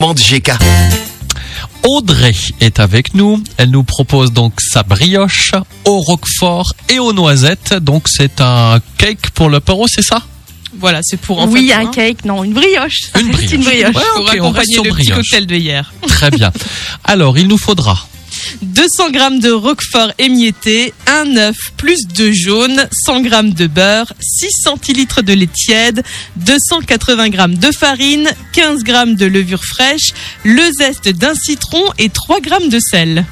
Bande GK. Audrey est avec nous. Elle nous propose donc sa brioche au roquefort et aux noisettes. Donc c'est un cake pour le paro, c'est ça Voilà, c'est pour en oui, fait, un hein, cake, non, une brioche. Ça Une reste Une brioche. Ouais, pour ok, on reste accompagner sur le petit brioche. cocktail de hier. Très bien. Alors il nous faudra 200 g de roquefort émietté, un œuf plus deux jaunes, 100 g de beurre, 6 centilitres de lait tiède, 280 g de farine, 15 g de levure fraîche, le zeste d'un citron et 3 g de sel.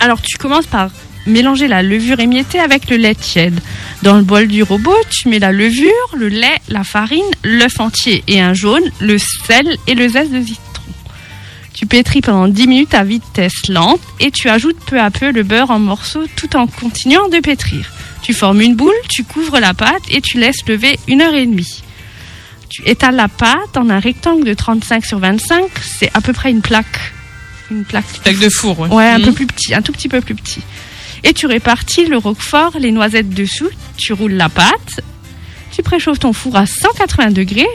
Alors, tu commences par mélanger la levure émiettée avec le lait tiède. Dans le bol du robot, tu mets la levure, le lait, la farine, l'œuf entier et un jaune, le sel et le zeste de citron. Tu pétris pendant 10 minutes à vitesse lente et tu ajoutes peu à peu le beurre en morceaux tout en continuant de pétrir. Tu formes une boule, tu couvres la pâte et tu laisses lever une heure et demie. Tu étales la pâte en un rectangle de 35 sur 25, c'est à peu près une plaque. Une plaque. Plaque de four, ouais. Ouais, un Mhm. peu plus petit, un tout petit peu plus petit. Et tu répartis le roquefort, les noisettes dessous, tu roules la pâte, tu préchauffes ton four à 180 degrés,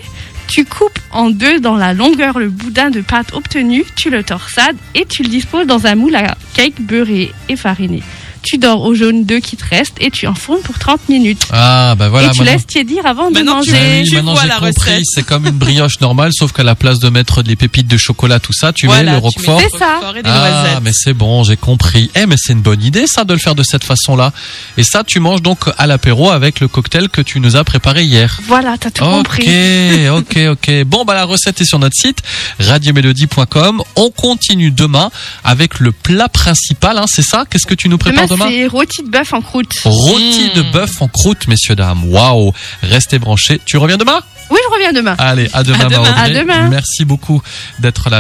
tu coupes en deux dans la longueur le boudin de pâte obtenu, tu le torsades et tu le disposes dans un moule à cake beurré et fariné. Tu dors au jaune d'œuf qui te reste et tu enfournes pour 30 minutes. Ah ben voilà. et tu maintenant- laisses tiédir avant de Maintenant, tu- manger. Ah oui, tu maintenant vois j'ai la compris, recette. c'est comme une brioche normale, sauf qu'à la place de mettre des pépites de chocolat, tout ça, tu mets Voilà, le tu roquefort. des C'est ça. roqueforts et des Ah, noisettes. mais c'est bon, j'ai compris. Eh, mais c'est une bonne idée, ça, de le faire de cette façon-là. Et ça, tu manges donc à l'apéro avec le cocktail que tu nous as préparé hier. Voilà, t'as tout compris. Ok, ok, ok. Bon, bah la recette est sur notre site radiomélodie.com. On continue demain avec le plat principal, hein, c'est ça Qu'est-ce que tu nous prépares Demain, demain c'est rôti de bœuf en croûte. Rôti Mmh. de bœuf en croûte, messieurs dames. Waouh Restez branchés. Tu reviens demain Oui, je reviens demain. Allez, à demain, À demain. Marie. À demain. Merci beaucoup d'être là.